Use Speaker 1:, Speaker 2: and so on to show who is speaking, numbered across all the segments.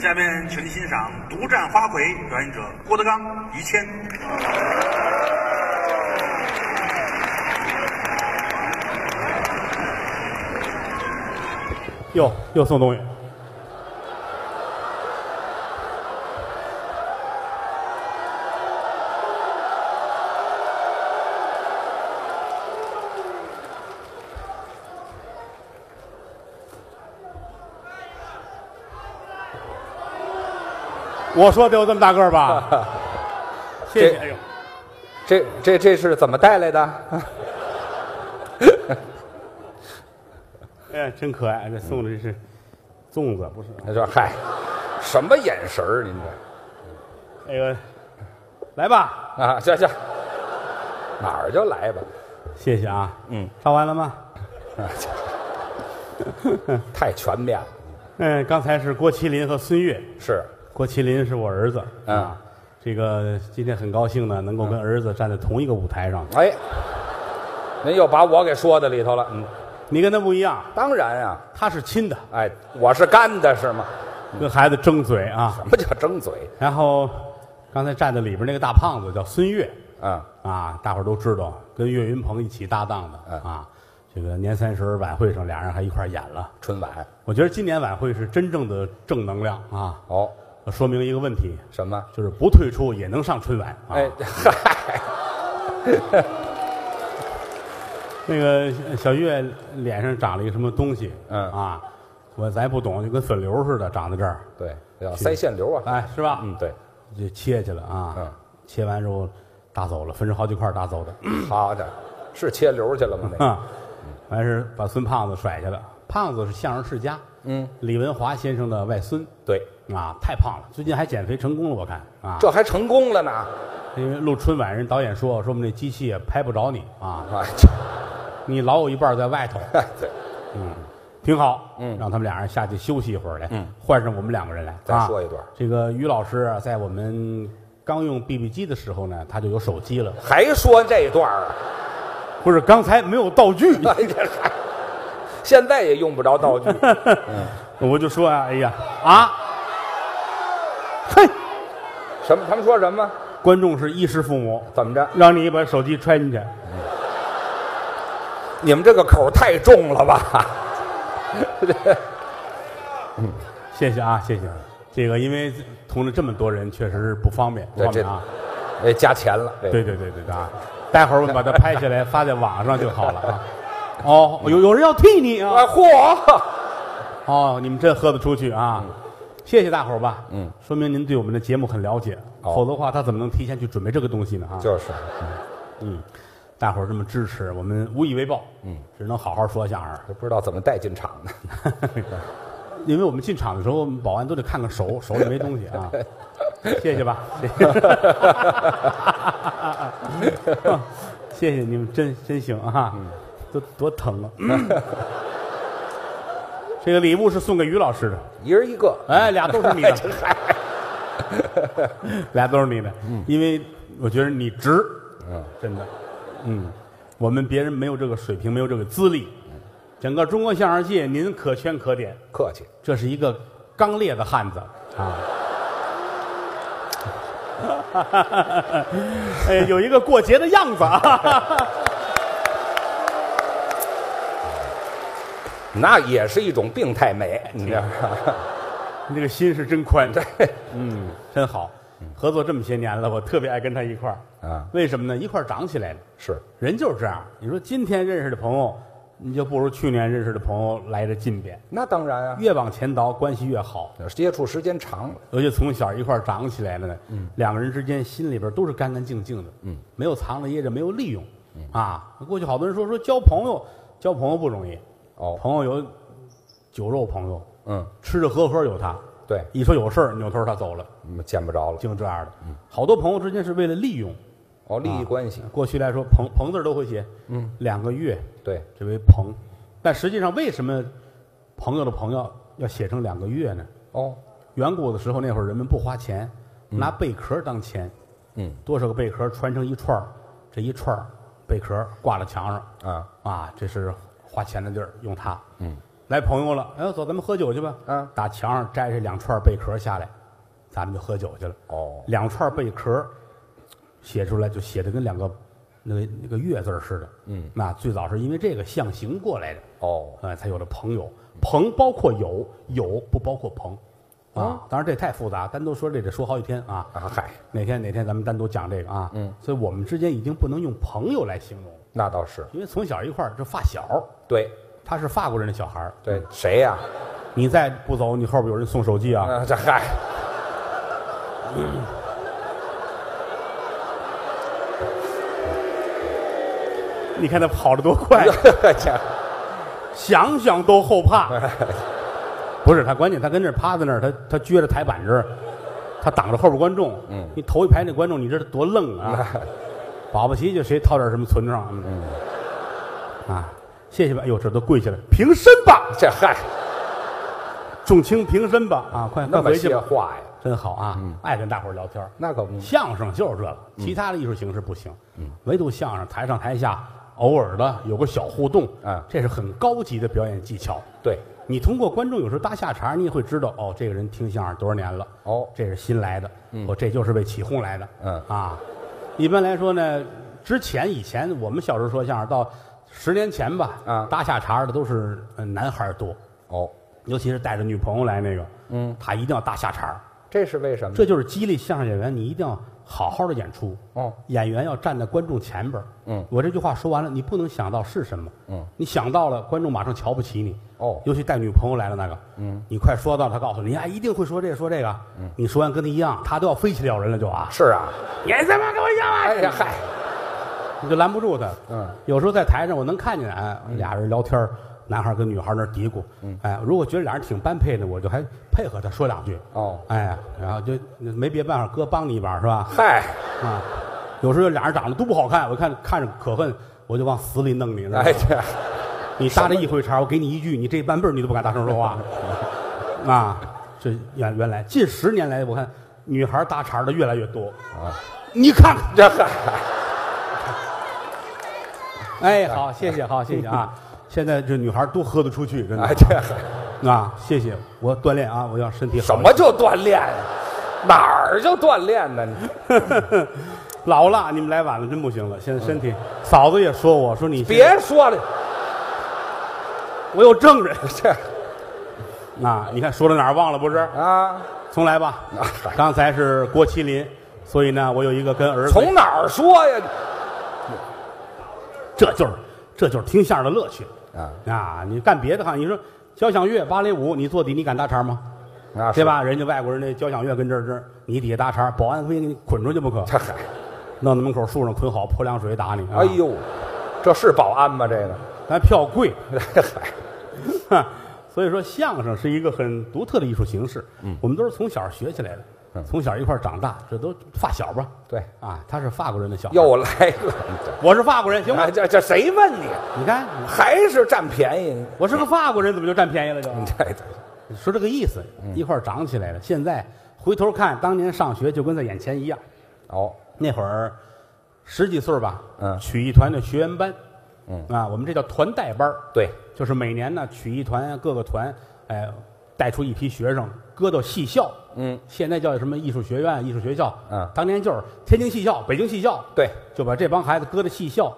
Speaker 1: 下面，请您欣赏《独占花魁》，表演者郭德纲、于谦。
Speaker 2: 又又送东西。我说得有这么大个儿 吧？谢谢。
Speaker 3: 这
Speaker 2: 哎呦，
Speaker 3: 这这这是怎么带来的？
Speaker 2: 哎呀，真可爱！这送的这是粽子，不是？
Speaker 3: 他说：“嗨，什么眼神儿？啊您这
Speaker 2: 那个，来吧，
Speaker 3: 啊，这这哪儿就来吧，
Speaker 2: 谢谢啊。
Speaker 3: 嗯，
Speaker 2: 唱完了吗？
Speaker 3: 太全面了。
Speaker 2: 嗯，刚才是郭麒麟和孙越。
Speaker 3: 是，
Speaker 2: 郭麒麟是我儿子
Speaker 3: 嗯
Speaker 2: 啊，这个今天很高兴呢，能够
Speaker 3: 啊
Speaker 2: 跟儿子站在同一个舞台上。
Speaker 3: 哎，您又把我给说到里头了。嗯，
Speaker 2: 你跟他不一样，
Speaker 3: 当然啊，
Speaker 2: 他是亲的，
Speaker 3: 哎，我是干的是吗？嗯
Speaker 2: 跟孩子争嘴啊。
Speaker 3: 什么叫争嘴
Speaker 2: 然后刚才站在里边那个大胖子叫孙越
Speaker 3: 啊？
Speaker 2: 啊，大伙儿都知道，跟岳云鹏一起搭档的
Speaker 3: 嗯
Speaker 2: 啊。这个年三十儿晚会上，俩人还一块儿演了。
Speaker 3: 春晚
Speaker 2: 我觉得今年晚会是真正的正能量啊，
Speaker 3: 哦，
Speaker 2: 说明一个问题，
Speaker 3: 什么？
Speaker 2: 就是不退出也能上春晚啊。
Speaker 3: 哎，嗨，
Speaker 2: 那个小月脸上长了一个什么东西，
Speaker 3: 嗯
Speaker 2: 啊，我咱也不懂，就跟粉瘤似的长在这儿，
Speaker 3: 对，叫腮腺瘤啊。
Speaker 2: 哎，是吧？
Speaker 3: 嗯，对，
Speaker 2: 就切去了啊，
Speaker 3: 嗯
Speaker 2: 切完之后打走了，分成好几块打走的，
Speaker 3: 好家伙，是切瘤去了吗？那个
Speaker 2: 啊，
Speaker 3: 嗯
Speaker 2: 完事儿把孙胖子甩下了，胖子是相声世家，
Speaker 3: 嗯，
Speaker 2: 李文华先生的外孙，
Speaker 3: 对，
Speaker 2: 啊，太胖了，最近还减肥成功了，我看啊，
Speaker 3: 这还成功了呢。
Speaker 2: 因为录春晚人导演说说我们这机器也拍不着你啊，
Speaker 3: 啊，这
Speaker 2: 你老有一半在外头，
Speaker 3: 对，
Speaker 2: 嗯，挺好，
Speaker 3: 嗯
Speaker 2: 让他们俩人下去休息一会儿来，
Speaker 3: 嗯，
Speaker 2: 换上我们两个人来，
Speaker 3: 再
Speaker 2: 啊
Speaker 3: 说一段
Speaker 2: 这个于老师啊，在我们刚用 BB 机的时候呢，他就有手机了，
Speaker 3: 还说这段儿啊？
Speaker 2: 不是刚才没有道具，
Speaker 3: 哎这还现在也用不着道具。
Speaker 2: 我就说啊，哎呀啊，嘿，
Speaker 3: 什么？他们说什么？
Speaker 2: 观众是衣食父母，
Speaker 3: 怎么着？
Speaker 2: 让你把手机揣进去，
Speaker 3: 你们这个口儿太重了吧？
Speaker 2: 谢谢啊，谢谢。这个因为同着这么多人，确实是不方便，不方便啊。
Speaker 3: 哎，加钱了。这
Speaker 2: 对对对对对啊！待会儿我们把它拍下来发在网上就好了 啊。哦，有有人要替你啊！
Speaker 3: 啊，嚯！
Speaker 2: 哦，你们真喝得出去啊！谢谢大伙儿吧。
Speaker 3: 嗯，
Speaker 2: 说明您对我们的节目很了解，
Speaker 3: 哦
Speaker 2: 否则的话他怎么能提前去准备这个东西呢？啊，
Speaker 3: 就是，
Speaker 2: 嗯，大伙儿这么支持，我们无以为报。嗯，只能好好说相声，
Speaker 3: 都不知道怎么带进场的。
Speaker 2: 因为我们进场的时候，我们保安都得看看 手，手里没东西啊。谢谢 吧，谢谢，谢谢你们，真真行啊，都多疼啊！ 这个礼物是送给于老师的，
Speaker 3: 一人一个。
Speaker 2: 哎，俩都是你的，俩都是你的，因为我觉得你值，
Speaker 3: 嗯，
Speaker 2: 真的，嗯，我们别人没有这个水平，没有这个资历，整个中国相声界您可圈可点，
Speaker 3: 客气。
Speaker 2: 这是一个刚烈的汉子啊。 哎，有一个过节的样子 啊！
Speaker 3: 那也是一种病态美，你知道吗？
Speaker 2: 你这个心是真宽，嗯，真好。合作这么些年了，我特别爱跟他一块儿
Speaker 3: 啊，
Speaker 2: 为什么呢？一块儿长起来的，
Speaker 3: 是
Speaker 2: 人就是这样。你说今天认识的朋友，你就不如去年认识的朋友来的近点。
Speaker 3: 那当然啊，
Speaker 2: 越往前倒，关系越好。
Speaker 3: 接触时间长了，
Speaker 2: 尤其从小一块儿长起来了呢，两个人之间心里边都是干干净净的，没有藏着掖着，没有利用，啊，过去好多人说说交朋友，交朋友不容易，
Speaker 3: 哦，
Speaker 2: 朋友有酒肉朋友，
Speaker 3: 嗯，
Speaker 2: 吃吃喝喝有他，
Speaker 3: 对，
Speaker 2: 一说有事儿扭头他走了，
Speaker 3: 嗯见不着了，
Speaker 2: 净这样的，好多朋友之间是为了利用，
Speaker 3: 哦，利益关系，
Speaker 2: 过去来说朋朋字都会写，嗯，两个月
Speaker 3: 对，
Speaker 2: 这为朋，但实际上为什么朋友的朋友要写成两个月呢？
Speaker 3: 哦，
Speaker 2: 远古的时候，那会儿人们不花钱，拿贝壳当钱，
Speaker 3: 嗯，
Speaker 2: 多少个贝壳穿成一串儿，这一串儿贝壳挂到墙上，
Speaker 3: 啊，
Speaker 2: 啊，这是花钱的地儿，用它。
Speaker 3: 嗯，
Speaker 2: 来朋友了，哎呦，走，咱们喝酒去吧。
Speaker 3: 嗯
Speaker 2: 打墙上摘下两串贝壳下来，咱们就喝酒去了。
Speaker 3: 哦
Speaker 2: 两串贝壳写出来就写的跟两个那个那个月字儿似的。嗯，那最早是因为这个象形过来的，
Speaker 3: 哦，
Speaker 2: 哎，才有了朋友。朋包括友，友不包括朋。啊，当然这太复杂，单独说这得说好几天啊。
Speaker 3: 啊嗨，
Speaker 2: 哪天哪天咱们单独讲这个啊。嗯，所以我们之间已经不能用朋友来形容，
Speaker 3: 那倒是哦
Speaker 2: 因为从小一块儿就发小，
Speaker 3: 对
Speaker 2: 他是法国人的小孩儿。
Speaker 3: 对，谁呀？
Speaker 2: 你再不走，你后边有人送手机啊！
Speaker 3: 啊，这嗨，
Speaker 2: 你看他跑得多快，啊
Speaker 3: 这
Speaker 2: 想想都后怕。 不是他，关键他跟这儿趴在那儿，他他撅着台板这儿，他挡着后边观众。嗯，你头一排那观众，你知道多愣 啊！保不齐就谁掏点什么存上。嗯，啊，谢谢吧。哎呦，这都跪下来，平身吧，
Speaker 3: 这嗨，
Speaker 2: 众卿平身吧。啊，快快
Speaker 3: 那么
Speaker 2: 回去
Speaker 3: 些
Speaker 2: 吧。
Speaker 3: 话呀，
Speaker 2: 真好啊，爱跟大伙儿聊天儿。
Speaker 3: 那可不
Speaker 2: 相声就是这个，其他的艺术形式不行，唯独相声台上台下偶尔的有个小互动，
Speaker 3: 嗯
Speaker 2: 这是很高级的表演技巧。
Speaker 3: 对，
Speaker 2: 你通过观众有时候搭下茬儿，你也会知道哦，这个人听相声多少年了，
Speaker 3: 哦
Speaker 2: 这是新来的，哦，这就是为起哄来的，
Speaker 3: 嗯
Speaker 2: 啊。一般来说呢，之前以前我们小时候说相声，到十年前吧，
Speaker 3: 啊
Speaker 2: 搭下茬儿的都是呃男孩儿多，
Speaker 3: 哦，
Speaker 2: 尤其是带着女朋友来那个，嗯，他一定要搭下茬儿。
Speaker 3: 这是为什么？
Speaker 2: 这就是激励相声演员，你一定要好好的演出。
Speaker 3: 哦，
Speaker 2: 演员要站在观众前边儿
Speaker 3: 嗯，
Speaker 2: 我这句话说完了，你不能想到是什么。
Speaker 3: 嗯，
Speaker 2: 你想到了，观众马上瞧不起你。
Speaker 3: 哦
Speaker 2: 尤其带女朋友来了那个，嗯，你快说到了，他告诉你，哎，一定会说这个说这个。嗯，你说完跟他一样，他都要飞起来咬人了，就啊，
Speaker 3: 是啊，
Speaker 2: 你他妈跟我一样啊！
Speaker 3: 哎呀嗨，
Speaker 2: 你就拦不住他。
Speaker 3: 嗯，
Speaker 2: 有时候在台上我能看见，哎，俩人聊天儿，男孩跟女孩那儿嘀咕，嗯，哎，如果觉得俩人挺般配的，我就还配合他说两句。
Speaker 3: 哦，
Speaker 2: 哎，然后就没别办法，哥帮你一把是吧？
Speaker 3: 嗨，
Speaker 2: 啊，有时候俩人长得都不好看，我看看着可恨，我就往死里弄你。知道吗
Speaker 3: 哎，这
Speaker 2: 你搭这一回茬，我给你一句，你这半辈儿你都不敢大声说 话。啊，这原原来近十年来，我看女孩搭茬的越来越多。
Speaker 3: 啊，
Speaker 2: 你看看，
Speaker 3: 这嗨，
Speaker 2: 哎，好，谢谢，好，谢谢啊。现在这女孩都喝得出去，真
Speaker 3: 哎
Speaker 2: 的
Speaker 3: 这嗨
Speaker 2: 啊，谢谢，我锻炼啊，我要身体好。
Speaker 3: 什么？就锻炼？哪儿就锻炼呢？你
Speaker 2: 老了，你们来晚了，真不行了。现在身体，嫂子也说我说你现在，
Speaker 3: 别说了，
Speaker 2: 我有证人
Speaker 3: 这
Speaker 2: 啊。你看说到哪儿忘了不是？
Speaker 3: 啊，
Speaker 2: 重来吧
Speaker 3: 啊嗨。
Speaker 2: 刚才是郭麒麟，所以呢，我有一个跟儿子，
Speaker 3: 从哪儿说呀？
Speaker 2: 这就是这就是听相声的乐趣
Speaker 3: 啊
Speaker 2: 啊！你干别的哈，你说交响乐、芭蕾舞，你坐底你敢搭茬吗？
Speaker 3: 啊，
Speaker 2: 对？吧？人家外国人那交响乐跟这儿这儿，你底下搭茬，保安非给你捆出去不可，
Speaker 3: 这嗨，
Speaker 2: 弄到门口树上捆好，泼凉水打你。啊
Speaker 3: 哎，呦，这是保安吗？这个，
Speaker 2: 咱票贵，
Speaker 3: 这嗨，
Speaker 2: 哼所以说相声是一个很独特的艺术形式。嗯，我们都是从小学起来
Speaker 3: 嗯
Speaker 2: 的，从小一块儿长大，这都发小吧？
Speaker 3: 对，
Speaker 2: 啊，他是法国人的小孩，
Speaker 3: 又来了。
Speaker 2: 我是法国人，行吗
Speaker 3: 哎，？这这谁问你？
Speaker 2: 你看，
Speaker 3: 还是占便宜？
Speaker 2: 我是个法国人，怎么就占便宜了就？
Speaker 3: 这这
Speaker 2: 说这个意思，
Speaker 3: 嗯
Speaker 2: 一块儿长起来了。现在回头看，当年上学就跟在眼前一样。
Speaker 3: 哦，
Speaker 2: 那会儿十几岁儿吧，
Speaker 3: 嗯
Speaker 2: 曲艺团的学员班，嗯啊，我们这叫团带班儿
Speaker 3: 对，
Speaker 2: 就是每年呢，曲艺团啊各个团，哎，带出一批学生，搁到戏校，
Speaker 3: 嗯，
Speaker 2: 现在叫什么艺术学院、艺术学校，
Speaker 3: 嗯
Speaker 2: 当年就是天津戏校、北京戏校，
Speaker 3: 对，
Speaker 2: 就把这帮孩子搁到戏校。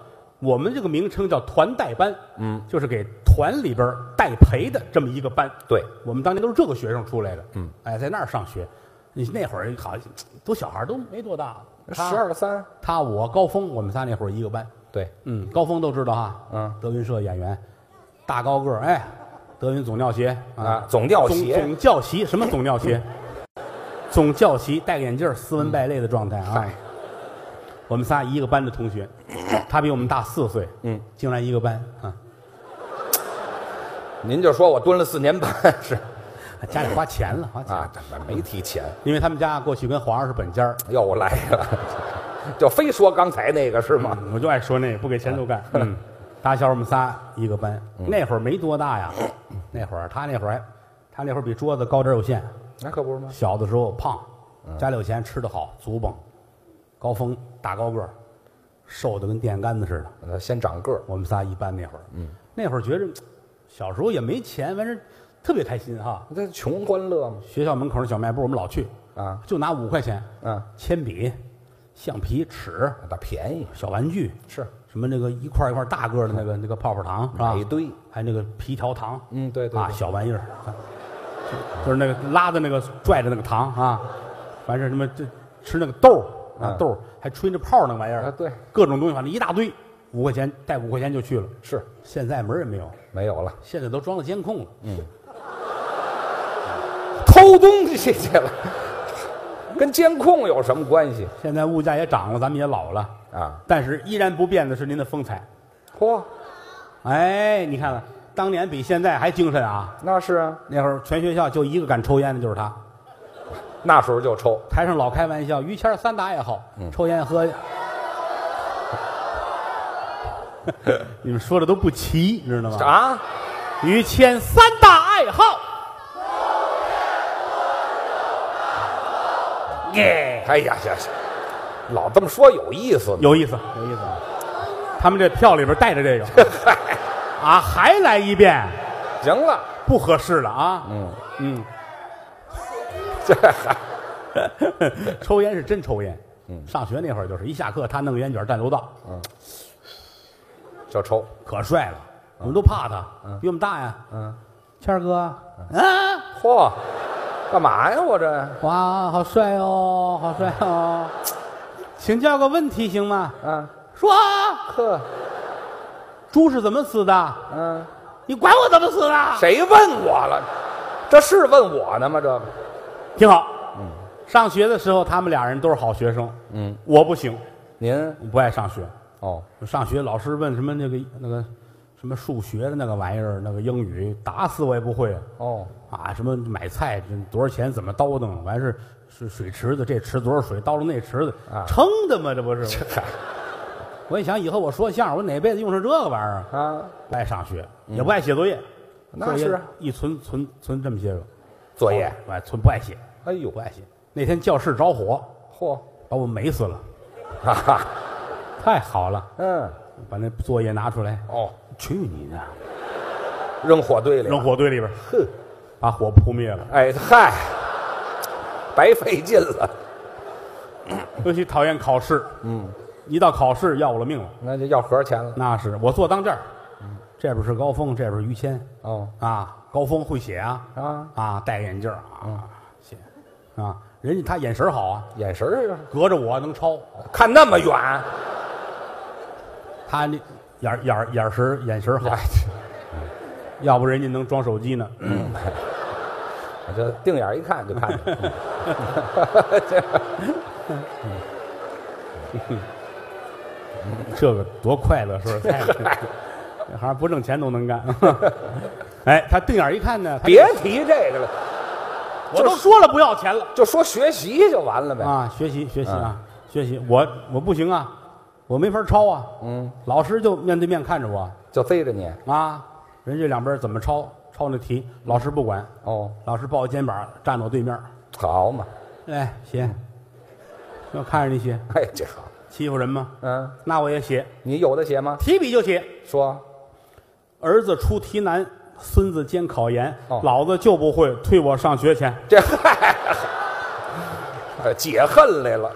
Speaker 2: 我们这个名称叫团带班，嗯，就是给团里边儿带培的这么一个班，
Speaker 3: 对，
Speaker 2: 我们当年都是这个学生出来的，嗯，哎，在那儿上学，你那会儿好像都小孩儿都没多大，
Speaker 3: 十
Speaker 2: 他
Speaker 3: 二三，
Speaker 2: 他我高峰，我们仨那会儿一个班，
Speaker 3: 对，
Speaker 2: 嗯，高峰都知道哈，
Speaker 3: 嗯，
Speaker 2: 德云社演员，大高个儿，哎，德云总教协
Speaker 3: 啊总教协
Speaker 2: 总总教习什么总教协，总教习戴个眼镜儿，斯文败类的状态啊
Speaker 3: 嗨。
Speaker 2: 我们仨一个班的同学，他比我们大四岁，嗯，竟然一个班啊，
Speaker 3: 您就说我蹲了四年半是
Speaker 2: 家里花钱了，花钱
Speaker 3: 啊，没提钱，
Speaker 2: 因为他们家过去跟皇上是本家儿，
Speaker 3: 又来了， 就非说刚才那个是吗？
Speaker 2: 我就爱说那个，不给钱就干。 嗯，打小我们仨一个班，那会儿没多大呀， 那会儿他那会儿还，他那会儿比桌子高点儿有限。
Speaker 3: 嗯那可不是吗？
Speaker 2: 小的时候胖，家里有钱，吃的好，足蹦，高峰大高个儿，瘦的跟电杆子似的。
Speaker 3: 呃先长个儿，
Speaker 2: 我们仨一班那会儿，那会儿觉着小时候也没钱，完事儿特别开心哈。
Speaker 3: 这穷欢乐嘛
Speaker 2: 学校门口那小卖部，我们老去，
Speaker 3: 啊，
Speaker 2: 就拿五块钱，
Speaker 3: 嗯，
Speaker 2: 铅笔、橡皮、尺、
Speaker 3: 那便宜
Speaker 2: 小玩具，
Speaker 3: 是
Speaker 2: 什么那个一块一块大个的那个那个泡泡糖是吧？
Speaker 3: 买啊一堆
Speaker 2: 还有那个皮条糖，
Speaker 3: 哎嗯对对
Speaker 2: 啊，
Speaker 3: 对
Speaker 2: 小玩意儿， 就是那个拉的那个拽着那个糖啊，完事儿什么这吃那个豆儿啊
Speaker 3: 嗯
Speaker 2: 豆儿，还吹那泡儿那玩意儿
Speaker 3: 啊对，
Speaker 2: 各种东西反正一大堆，五块钱带五块钱就去了，
Speaker 3: 是
Speaker 2: 现在门儿也没有，
Speaker 3: 没有了，
Speaker 2: 现在都装了监控了，
Speaker 3: 嗯偷东西去了， 跟监控有什么关系
Speaker 2: 现在物价也涨了，咱们也老了，
Speaker 3: 啊？
Speaker 2: 但是依然不变的是您的风采。
Speaker 3: 嚯，
Speaker 2: 哎，你看看，当年比现在还精神啊！
Speaker 3: 那是啊，
Speaker 2: 那会儿全学校就一个敢抽烟的，就是他。
Speaker 3: 那时候就抽，
Speaker 2: 台上老开玩笑，于谦儿三大爱好：抽烟喝。你们说的都不齐，知道吗？
Speaker 3: 啊，
Speaker 2: 于谦三大爱好，
Speaker 3: 耶！哎呀呀，老这么说有意思呢。
Speaker 2: 有意思，有意思。他们这票里边带着这个，啊，还来一遍，
Speaker 3: 行了，
Speaker 2: 不合适了啊。
Speaker 3: 嗯
Speaker 2: 嗯，
Speaker 3: 这还
Speaker 2: 抽烟是真抽烟。上学那会儿就是一下课，他弄个烟卷站楼道，
Speaker 3: 就抽，
Speaker 2: 可帅了，我们都怕他，比我们大呀。
Speaker 3: 嗯，
Speaker 2: 谦儿哥，啊，
Speaker 3: 嚯，干嘛呀？我这，
Speaker 2: 哇，好帅哦，好帅 哦，请教个问题行吗？
Speaker 3: 啊，
Speaker 2: 说啊，
Speaker 3: 呵，
Speaker 2: 猪是怎么死的？
Speaker 3: 嗯，
Speaker 2: 你管我怎么死的？
Speaker 3: 谁问我了？这是问我呢吗？这个，
Speaker 2: 挺好。上学的时候，他们俩人都是好学生。
Speaker 3: 嗯，
Speaker 2: 我不行，
Speaker 3: 您
Speaker 2: 我不爱上学。
Speaker 3: 哦，
Speaker 2: 上学老师问什么那个那个什么数学的那个玩意儿，那个英语，打死我也不会啊。
Speaker 3: 哦，
Speaker 2: 啊，什么买菜这多少钱，怎么叨叨，完事是水池子，这池多少水，叨了那池子，
Speaker 3: 啊
Speaker 2: 撑的嘛，这不是？
Speaker 3: 这还
Speaker 2: 我一想，以后我说相声，我哪辈子用上这个玩意儿？
Speaker 3: 啊，
Speaker 2: 不爱上学，也不爱写作业，
Speaker 3: 那是啊
Speaker 2: 作业一存存存这么些个
Speaker 3: 作业，
Speaker 2: 不爱存不爱写，
Speaker 3: 哦哎呦
Speaker 2: 不，爱写。那天教室着火，
Speaker 3: 嚯，
Speaker 2: 把我美死了，
Speaker 3: 哈哈，
Speaker 2: 太好了，
Speaker 3: 嗯，
Speaker 2: 把那作业拿出来，
Speaker 3: 哦，
Speaker 2: 去你的，
Speaker 3: 扔火堆里，
Speaker 2: 扔，火堆里边，
Speaker 3: 哼，
Speaker 2: 把火扑灭了。
Speaker 3: 哎嗨，白费劲了，
Speaker 2: 尤其讨厌考试，嗯，一到考试要我了命了。
Speaker 3: 那就要盒钱了。
Speaker 2: 那是我坐当间儿，这边是高峰，这边是于谦
Speaker 3: 哦，
Speaker 2: 啊。高峰会写啊
Speaker 3: 啊
Speaker 2: 戴眼镜儿啊写啊，人家他眼神好啊，
Speaker 3: 眼神儿
Speaker 2: 隔着我能抄
Speaker 3: 看那么远，
Speaker 2: 他那眼儿眼儿眼神眼神好，
Speaker 3: 哎，
Speaker 2: 要不人家能装手机呢。
Speaker 3: 我这定眼一看就看见了。
Speaker 2: 这个多快乐，说实 在的，这行不挣钱都能干。 哎，他定眼儿一看呢，他
Speaker 3: 别提这个了，
Speaker 2: 我都说了不要钱了
Speaker 3: 就说学习就完了呗。嗯
Speaker 2: 啊，学习学习啊，学习，我我不行啊，我没法抄啊。
Speaker 3: 嗯，
Speaker 2: 老师就面对面看着我。
Speaker 3: 就逮着你。
Speaker 2: 啊，人家两边怎么抄抄那题，老师不管，
Speaker 3: 哦，
Speaker 2: 老师抱我肩膀站我对面，
Speaker 3: 好嘛，
Speaker 2: 哎写，
Speaker 3: 嗯
Speaker 2: 要看着你写，
Speaker 3: 哎，这好。
Speaker 2: 欺负人吗？
Speaker 3: 嗯，
Speaker 2: 那我也写，
Speaker 3: 你有的写吗？
Speaker 2: 提笔就写。
Speaker 3: 说
Speaker 2: 儿子出题难，孙子监考研，
Speaker 3: 哦
Speaker 2: 老子就不会，退我上学去。
Speaker 3: 这嗨，呃解恨来了，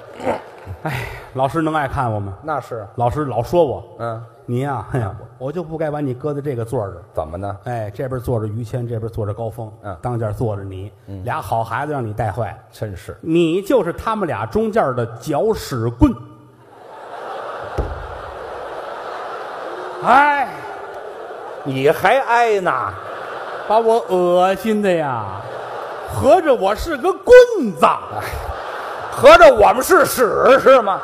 Speaker 2: 老师能爱看我吗？
Speaker 3: 那是。
Speaker 2: 老师老说我，
Speaker 3: 嗯，
Speaker 2: 你呀、哎呀，我我就不该把你搁在这个座儿这儿。
Speaker 3: 怎么呢？
Speaker 2: 哎，这边坐着于谦，这边坐着高峰，
Speaker 3: 嗯
Speaker 2: 当间坐着你，俩好孩子让你带坏了。
Speaker 3: 真是
Speaker 2: 你就是他们俩中间的搅屎棍。哎，
Speaker 3: 你还挨呢？
Speaker 2: 把我恶心的呀！合着我是个棍子，
Speaker 3: 合着我们是屎是吗？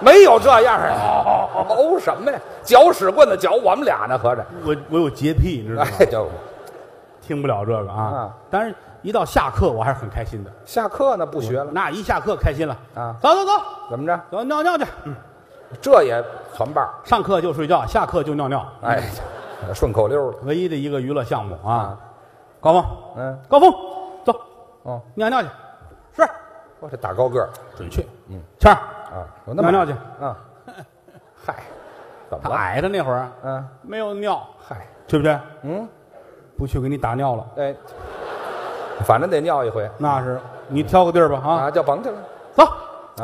Speaker 3: 没有这样的，哦什么呀？搅屎棍子搅我们俩呢，合着。
Speaker 2: 我我有洁癖，你知道吗？
Speaker 3: 哎，就
Speaker 2: 听不了这个啊
Speaker 3: 啊。
Speaker 2: 但是，一到下课我还是很开心的。
Speaker 3: 下课呢，不学了，
Speaker 2: 那一下课开心了
Speaker 3: 啊
Speaker 2: 走走走，
Speaker 3: 怎么着？
Speaker 2: 走尿尿去。嗯
Speaker 3: 这也传伴儿
Speaker 2: 上课就睡觉，下课就尿尿，
Speaker 3: 哎，顺口溜了。
Speaker 2: 唯一的一个娱乐项目啊
Speaker 3: 啊。
Speaker 2: 高峰，
Speaker 3: 嗯，
Speaker 2: 高峰，走
Speaker 3: 哦，
Speaker 2: 尿尿去。是，
Speaker 3: 我这大高个儿
Speaker 2: 准确。嗯，谦儿。
Speaker 3: 啊，我那么
Speaker 2: 尿尿去
Speaker 3: 啊，嗨，怎么
Speaker 2: 他
Speaker 3: 了？
Speaker 2: 矮的那会儿啊
Speaker 3: 嗯，
Speaker 2: 没有尿，
Speaker 3: 嗨，
Speaker 2: 对不对？嗯，不去给你打尿了，
Speaker 3: 哎，啊反正得尿一回
Speaker 2: 那是你挑个地儿吧啊，
Speaker 3: 啊，就甭去了
Speaker 2: 走，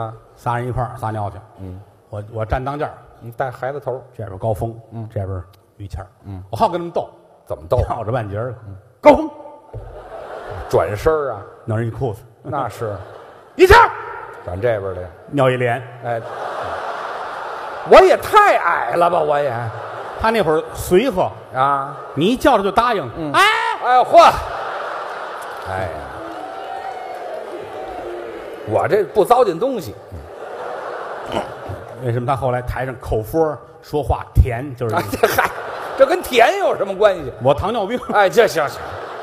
Speaker 3: 啊。
Speaker 2: 仨人一块儿撒尿去。嗯，我我站当间儿，
Speaker 3: 你带孩子头儿
Speaker 2: 这边高峰，嗯，这边于谦儿，嗯，我好跟他们斗，
Speaker 3: 怎么 逗？
Speaker 2: 绕着半截儿了。高峰
Speaker 3: 转身儿啊，
Speaker 2: 弄人一裤子，
Speaker 3: 那是
Speaker 2: 于谦儿
Speaker 3: 转这边儿的。
Speaker 2: 尿一脸。
Speaker 3: 哎，我也太矮了吧，我也
Speaker 2: 他那会儿随和，
Speaker 3: 啊。
Speaker 2: 你一叫他就答应。哎，
Speaker 3: 哎呦嚯！哎呀，我这不糟践东西，
Speaker 2: 为什么他后来台上口说说话甜，就是
Speaker 3: 哎这嗨，这跟甜有什么关系？
Speaker 2: 我糖尿病，
Speaker 3: 哎，这行行，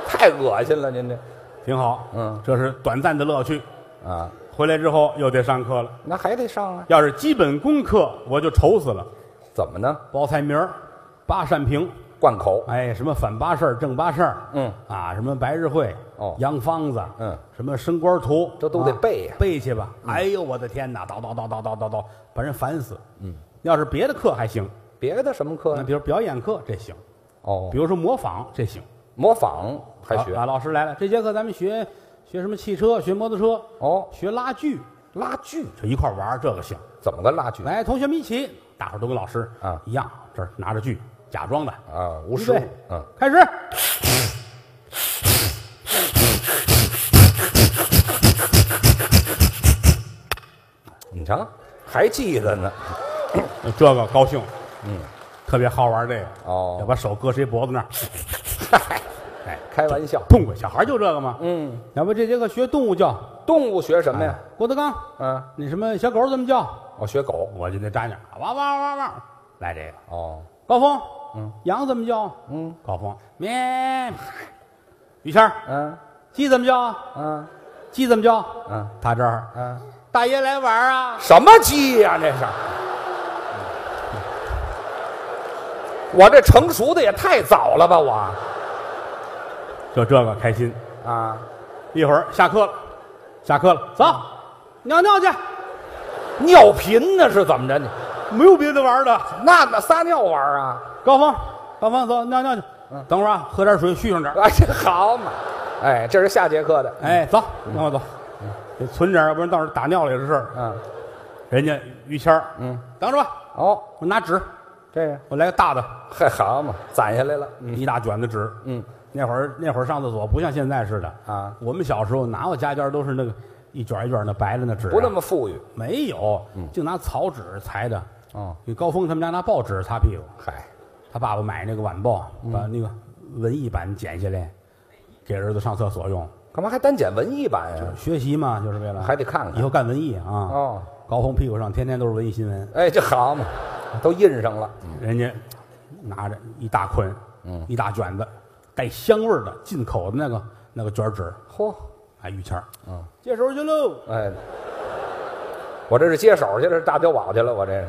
Speaker 3: 太恶心了，您这
Speaker 2: 挺好。
Speaker 3: 嗯，
Speaker 2: 这是短暂的乐趣。
Speaker 3: 啊，
Speaker 2: 回来之后又得上课了，
Speaker 3: 那还得上啊？
Speaker 2: 要是基本功课我就愁死了。
Speaker 3: 怎么呢？
Speaker 2: 报菜名儿八扇屏，
Speaker 3: 灌口
Speaker 2: 哎，什么反八事儿、正八事儿，
Speaker 3: 嗯
Speaker 2: 啊，什么白日会，
Speaker 3: 哦
Speaker 2: 杨方子，
Speaker 3: 嗯，
Speaker 2: 什么升官图，
Speaker 3: 这都得背呀嗯
Speaker 2: 啊背去吧。哎呦，我的天哪，叨叨叨叨叨叨叨，把人烦死。嗯，要是别的课还行，
Speaker 3: 别的什么课啊
Speaker 2: 那
Speaker 3: 呢？
Speaker 2: 比如表演课这行，
Speaker 3: 哦
Speaker 2: 比，如说模仿这行，
Speaker 3: 模仿还学
Speaker 2: 啊啊。老师来了，这节课咱们学学什么汽车，学摩托车，
Speaker 3: 哦，
Speaker 2: 学拉锯，
Speaker 3: 拉锯
Speaker 2: 就一块玩儿这个行。
Speaker 3: 怎么个拉锯
Speaker 2: 来，同学们一起，大伙儿都跟老师
Speaker 3: 啊
Speaker 2: 一样，这儿拿着锯，假装的，
Speaker 3: 啊？无
Speaker 2: 不
Speaker 3: 实物，嗯，
Speaker 2: 开始。
Speaker 3: 你瞧还记得呢。
Speaker 2: 这个高兴，嗯，特别好玩这个
Speaker 3: 哦
Speaker 2: 要把手搁谁脖子那儿，
Speaker 3: 哎， 开玩笑，
Speaker 2: 痛快，小孩就这个嘛，
Speaker 3: 嗯，
Speaker 2: 要不这节课学动物叫
Speaker 3: 动物学什么呀？
Speaker 2: 郭德纲，
Speaker 3: 嗯，
Speaker 2: 那什么小狗怎么叫，
Speaker 3: 我学狗。
Speaker 2: 我就得沾点，汪汪汪汪，来这个
Speaker 3: 哦，
Speaker 2: 高峰，嗯，羊怎么叫？嗯，高峰咩，于谦儿，
Speaker 3: 嗯
Speaker 2: 鸡怎么叫？
Speaker 3: 嗯
Speaker 2: 鸡怎么叫？
Speaker 3: 嗯，
Speaker 2: 他这儿，
Speaker 3: 嗯，
Speaker 2: 大爷来玩儿啊，
Speaker 3: 什么鸡呀、这是？嗯我这成熟的也太早了吧，我
Speaker 2: 就这个开心。
Speaker 3: 啊，
Speaker 2: 一会儿下课了，下课了，走，尿尿去，
Speaker 3: 尿频呢是怎么着呢？
Speaker 2: 没有别的玩儿的。
Speaker 3: 那那撒尿玩儿啊？
Speaker 2: 高峰，高峰，走尿尿去。等会儿啊，喝点水，续上点儿。
Speaker 3: 哎，这好嘛，哎，这是下节课的，
Speaker 2: 哎，走，跟我走，嗯得存点儿，要不然到时候打尿了也是事儿。
Speaker 3: 嗯，
Speaker 2: 人家于谦儿，嗯，等着吧，
Speaker 3: 哦，
Speaker 2: 我拿纸，
Speaker 3: 这个，
Speaker 2: 我来个大的，
Speaker 3: 嘿，好嘛，攒下来了，
Speaker 2: 一大卷子纸。
Speaker 3: 嗯，
Speaker 2: 那会儿那会儿上厕所不像现在似的
Speaker 3: 啊，
Speaker 2: 我们小时候哪有家家都是那个一卷一卷的白的那纸啊，
Speaker 3: 不那么嗯富裕，
Speaker 2: 没有，就拿草纸裁的。
Speaker 3: 哦，
Speaker 2: 因为高峰他们家拿报纸擦屁股，
Speaker 3: 嗨，
Speaker 2: 他爸爸买那个晚报，
Speaker 3: 嗯
Speaker 2: 把那个文艺版剪下来，给儿子上厕所用。
Speaker 3: 干嘛还单捡文艺版呀？
Speaker 2: 学习嘛，就是为了
Speaker 3: 还得看看
Speaker 2: 以后干文艺啊。
Speaker 3: 哦，
Speaker 2: 高峰屁股上天天都是文艺新闻，
Speaker 3: 哎，这好嘛，都印上了，
Speaker 2: 人家拿着一大捆，嗯，一大卷子，带香味儿的进口的那个那个卷纸，
Speaker 3: 嚯，
Speaker 2: 哎，于谦儿，嗯，
Speaker 3: 啊
Speaker 2: 接手去喽。
Speaker 3: 哎，我这是接手去了，是大碉堡去了，我这是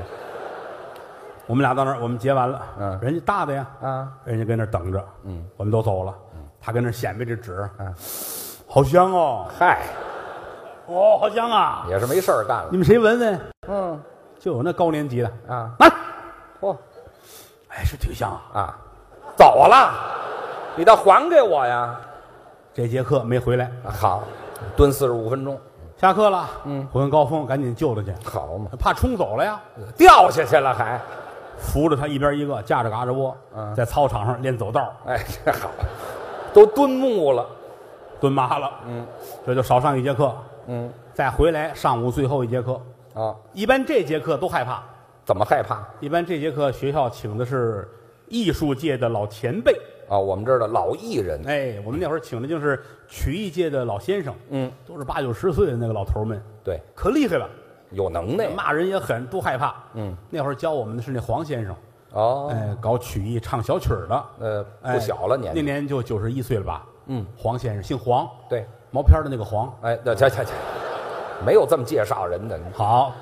Speaker 2: 我们俩到那儿，我们结完了，
Speaker 3: 嗯嗯
Speaker 2: 人家大的呀，
Speaker 3: 啊，
Speaker 2: 人家跟那儿等着，嗯，我们都走了，他跟那儿显摆这纸，嗯，好香哦，
Speaker 3: 嗨，嗯
Speaker 2: 哦，好香啊！
Speaker 3: 也是没事儿干了
Speaker 2: 你们谁闻闻？
Speaker 3: 嗯
Speaker 2: 就有那高年级的，
Speaker 3: 啊，
Speaker 2: 来，
Speaker 3: 嚯
Speaker 2: 哎，是挺香啊。
Speaker 3: 啊，走了，你倒还给我呀！
Speaker 2: 这节课没回来，
Speaker 3: 啊好，蹲四十五分钟，
Speaker 2: 下课了，嗯，我跟高峰赶紧救他去，
Speaker 3: 好嘛，
Speaker 2: 怕冲走了呀，
Speaker 3: 掉下去了还，
Speaker 2: 扶着他一边一个，架着嘎着窝，
Speaker 3: 嗯
Speaker 2: 在操场上练走道，
Speaker 3: 哎，这好， 都蹲木了，
Speaker 2: 蹲麻了，嗯，这就少上一节课，
Speaker 3: 嗯
Speaker 2: 再回来上午最后一节课，
Speaker 3: 啊，
Speaker 2: 一般这节课都害怕，
Speaker 3: 怎么害怕
Speaker 2: 一般这节课学校请的是艺术界的老前辈，
Speaker 3: 啊？我们这儿的老艺人，
Speaker 2: 哎，我们那会儿请的就是曲艺界的老先生，
Speaker 3: 嗯，
Speaker 2: 都是八九十岁的那个老头儿们，
Speaker 3: 对，
Speaker 2: 可厉害了，
Speaker 3: 有能耐
Speaker 2: 骂人也狠，都害怕，
Speaker 3: 哎嗯，
Speaker 2: 那会儿教我们的是那黄先生，
Speaker 3: 哦，
Speaker 2: 哎，搞曲艺唱小曲儿的，
Speaker 3: 呃，
Speaker 2: 哎
Speaker 3: 不小了年
Speaker 2: 那
Speaker 3: 纪，
Speaker 2: 年就九十一岁了吧？
Speaker 3: 嗯，
Speaker 2: 黄先生，姓黄，
Speaker 3: 对，
Speaker 2: 毛片儿的那个黄。
Speaker 3: 哎，那这这这，没有这么介绍人的，
Speaker 2: 好，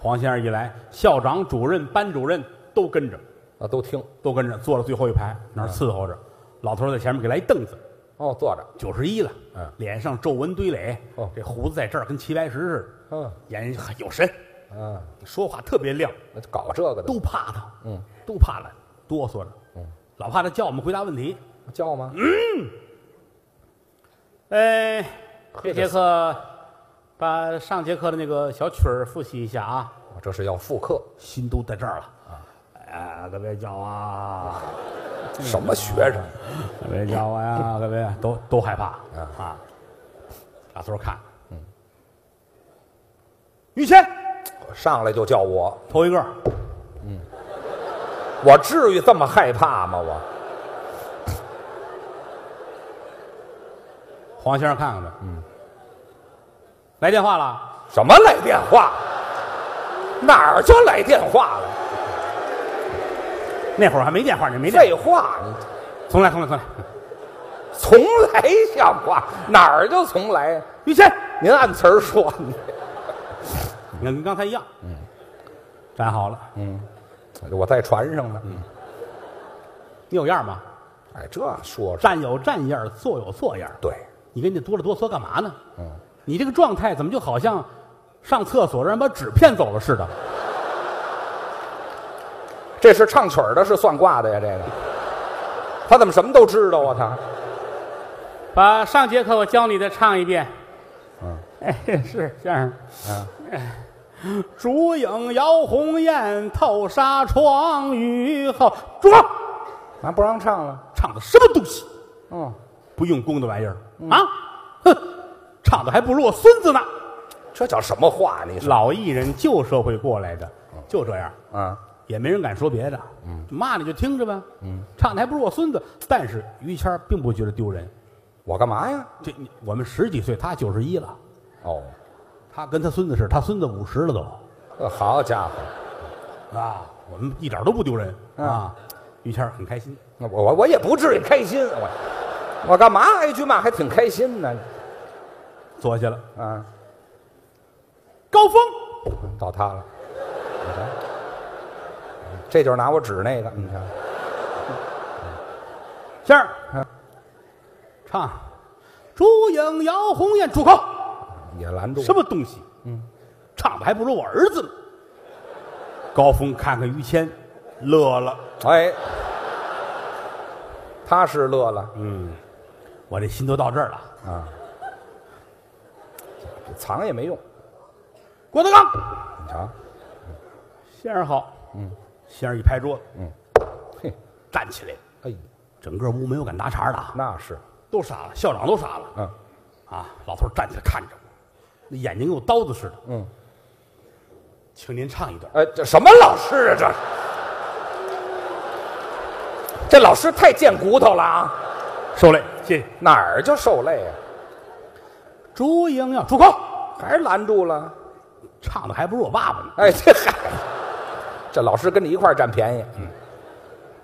Speaker 2: 黄先生一来，校长、主任、班主任都跟着，
Speaker 3: 啊，都听
Speaker 2: 都跟着，坐到最后一排那
Speaker 3: 嗯
Speaker 2: 儿伺候着。老头儿在前面给来一凳子，
Speaker 3: 哦，坐着，
Speaker 2: 九十一了，
Speaker 3: 嗯，
Speaker 2: 脸上皱纹堆垒，
Speaker 3: 哦
Speaker 2: 这胡子在这儿跟齐白石似的，
Speaker 3: 嗯
Speaker 2: 眼睛有神，
Speaker 3: 嗯，
Speaker 2: 说话特别亮，
Speaker 3: 那搞这个的
Speaker 2: 都怕他，
Speaker 3: 嗯，
Speaker 2: 都怕他，哆嗦着，嗯，老怕他叫我们回答问题。
Speaker 3: 叫吗？
Speaker 2: 呃，这节课把上节课的那个小曲儿复习一下啊，
Speaker 3: 我这是要复刻
Speaker 2: 心都在这儿了。啊，可别叫 啊！
Speaker 3: 什么学生？
Speaker 2: 可别叫我 呀！可别都都害怕啊！老头儿看，嗯，于谦
Speaker 3: 上来就叫我，
Speaker 2: 头一个，
Speaker 3: 我至于这么害怕吗？我
Speaker 2: 黄先生看看他，嗯，来电话了，
Speaker 3: 什么来电话？哪儿就来电话了？
Speaker 2: 那会儿还没电话呢，没电
Speaker 3: 废话，你
Speaker 2: 话，重来，重来，重来，
Speaker 3: 从来像话？哪儿就从来呀？
Speaker 2: 于谦，
Speaker 3: 您按词儿说，你
Speaker 2: 你看跟刚才一样，嗯，站好了，
Speaker 3: 我在船上呢。
Speaker 2: 你有样吗？
Speaker 3: 哎，这说着
Speaker 2: 站有站样，坐有坐样，
Speaker 3: 对，
Speaker 2: 你跟你哆里哆嗦干嘛呢？嗯，你这个状态怎么就好像上厕所让人把纸骗走了似的？
Speaker 3: 这是唱曲儿的，是算卦的呀？这个，他怎么什么都知道啊？他
Speaker 2: 把上节课我教你的唱一遍。嗯，哎，是先生。啊嗯，烛影摇红雁，透纱窗，雨后。住口！
Speaker 3: 咱啊不让唱了。
Speaker 2: 唱的什么东西？
Speaker 3: 嗯，
Speaker 2: 不用功的玩意儿、啊！哼，唱的还不如我孙子呢。
Speaker 3: 这叫什么话？你说
Speaker 2: 老艺人旧社会过来的，就这样，
Speaker 3: 啊？
Speaker 2: 也没人敢说别的。嗯，骂你就听着呗。嗯，唱的还不如我孙子。但是于谦儿并不觉得丢人。
Speaker 3: 我干嘛呀？
Speaker 2: 这你我们十几岁，他九十一了。
Speaker 3: 哦，
Speaker 2: 他跟他孙子似的，他孙子五十了都
Speaker 3: 呃好家伙，
Speaker 2: 啊，我们一点都不丢人啊。于谦儿很开心，
Speaker 3: 那我我我也不至于开心，啊我我干嘛挨句骂还挺开心呢？
Speaker 2: 坐下了。
Speaker 3: 啊，
Speaker 2: 高峰，
Speaker 3: 到他了，你看，这就是拿我指那个，你看，
Speaker 2: 先生，唱《烛影摇红艳》，住口！
Speaker 3: 也拦住我
Speaker 2: 什么东西？嗯，唱的还不如我儿子呢。高峰看看于谦，乐了。
Speaker 3: 哎，他是乐了，嗯
Speaker 2: 我这心都到这儿了。
Speaker 3: 藏也没用。
Speaker 2: 郭德纲，
Speaker 3: 你瞧，
Speaker 2: 先生好。嗯，先生一拍桌子，
Speaker 3: 嘿，
Speaker 2: 站起来，
Speaker 3: 哎，
Speaker 2: 整个屋没有敢搭茬的啊，
Speaker 3: 那是，
Speaker 2: 都傻了，校长都傻了。
Speaker 3: 嗯，
Speaker 2: 啊，老头儿站起来看着我，那眼睛跟我刀子似的。嗯，请您唱一段。
Speaker 3: 哎，这什么老师啊？这这老师太贱骨头了啊！
Speaker 2: 受累，谢谢。
Speaker 3: 哪儿就受累啊？
Speaker 2: 烛影要住口，
Speaker 3: 还是拦住了？
Speaker 2: 唱的还不如我爸爸呢。
Speaker 3: 哎，这嗨，这老师跟你一块儿占便宜。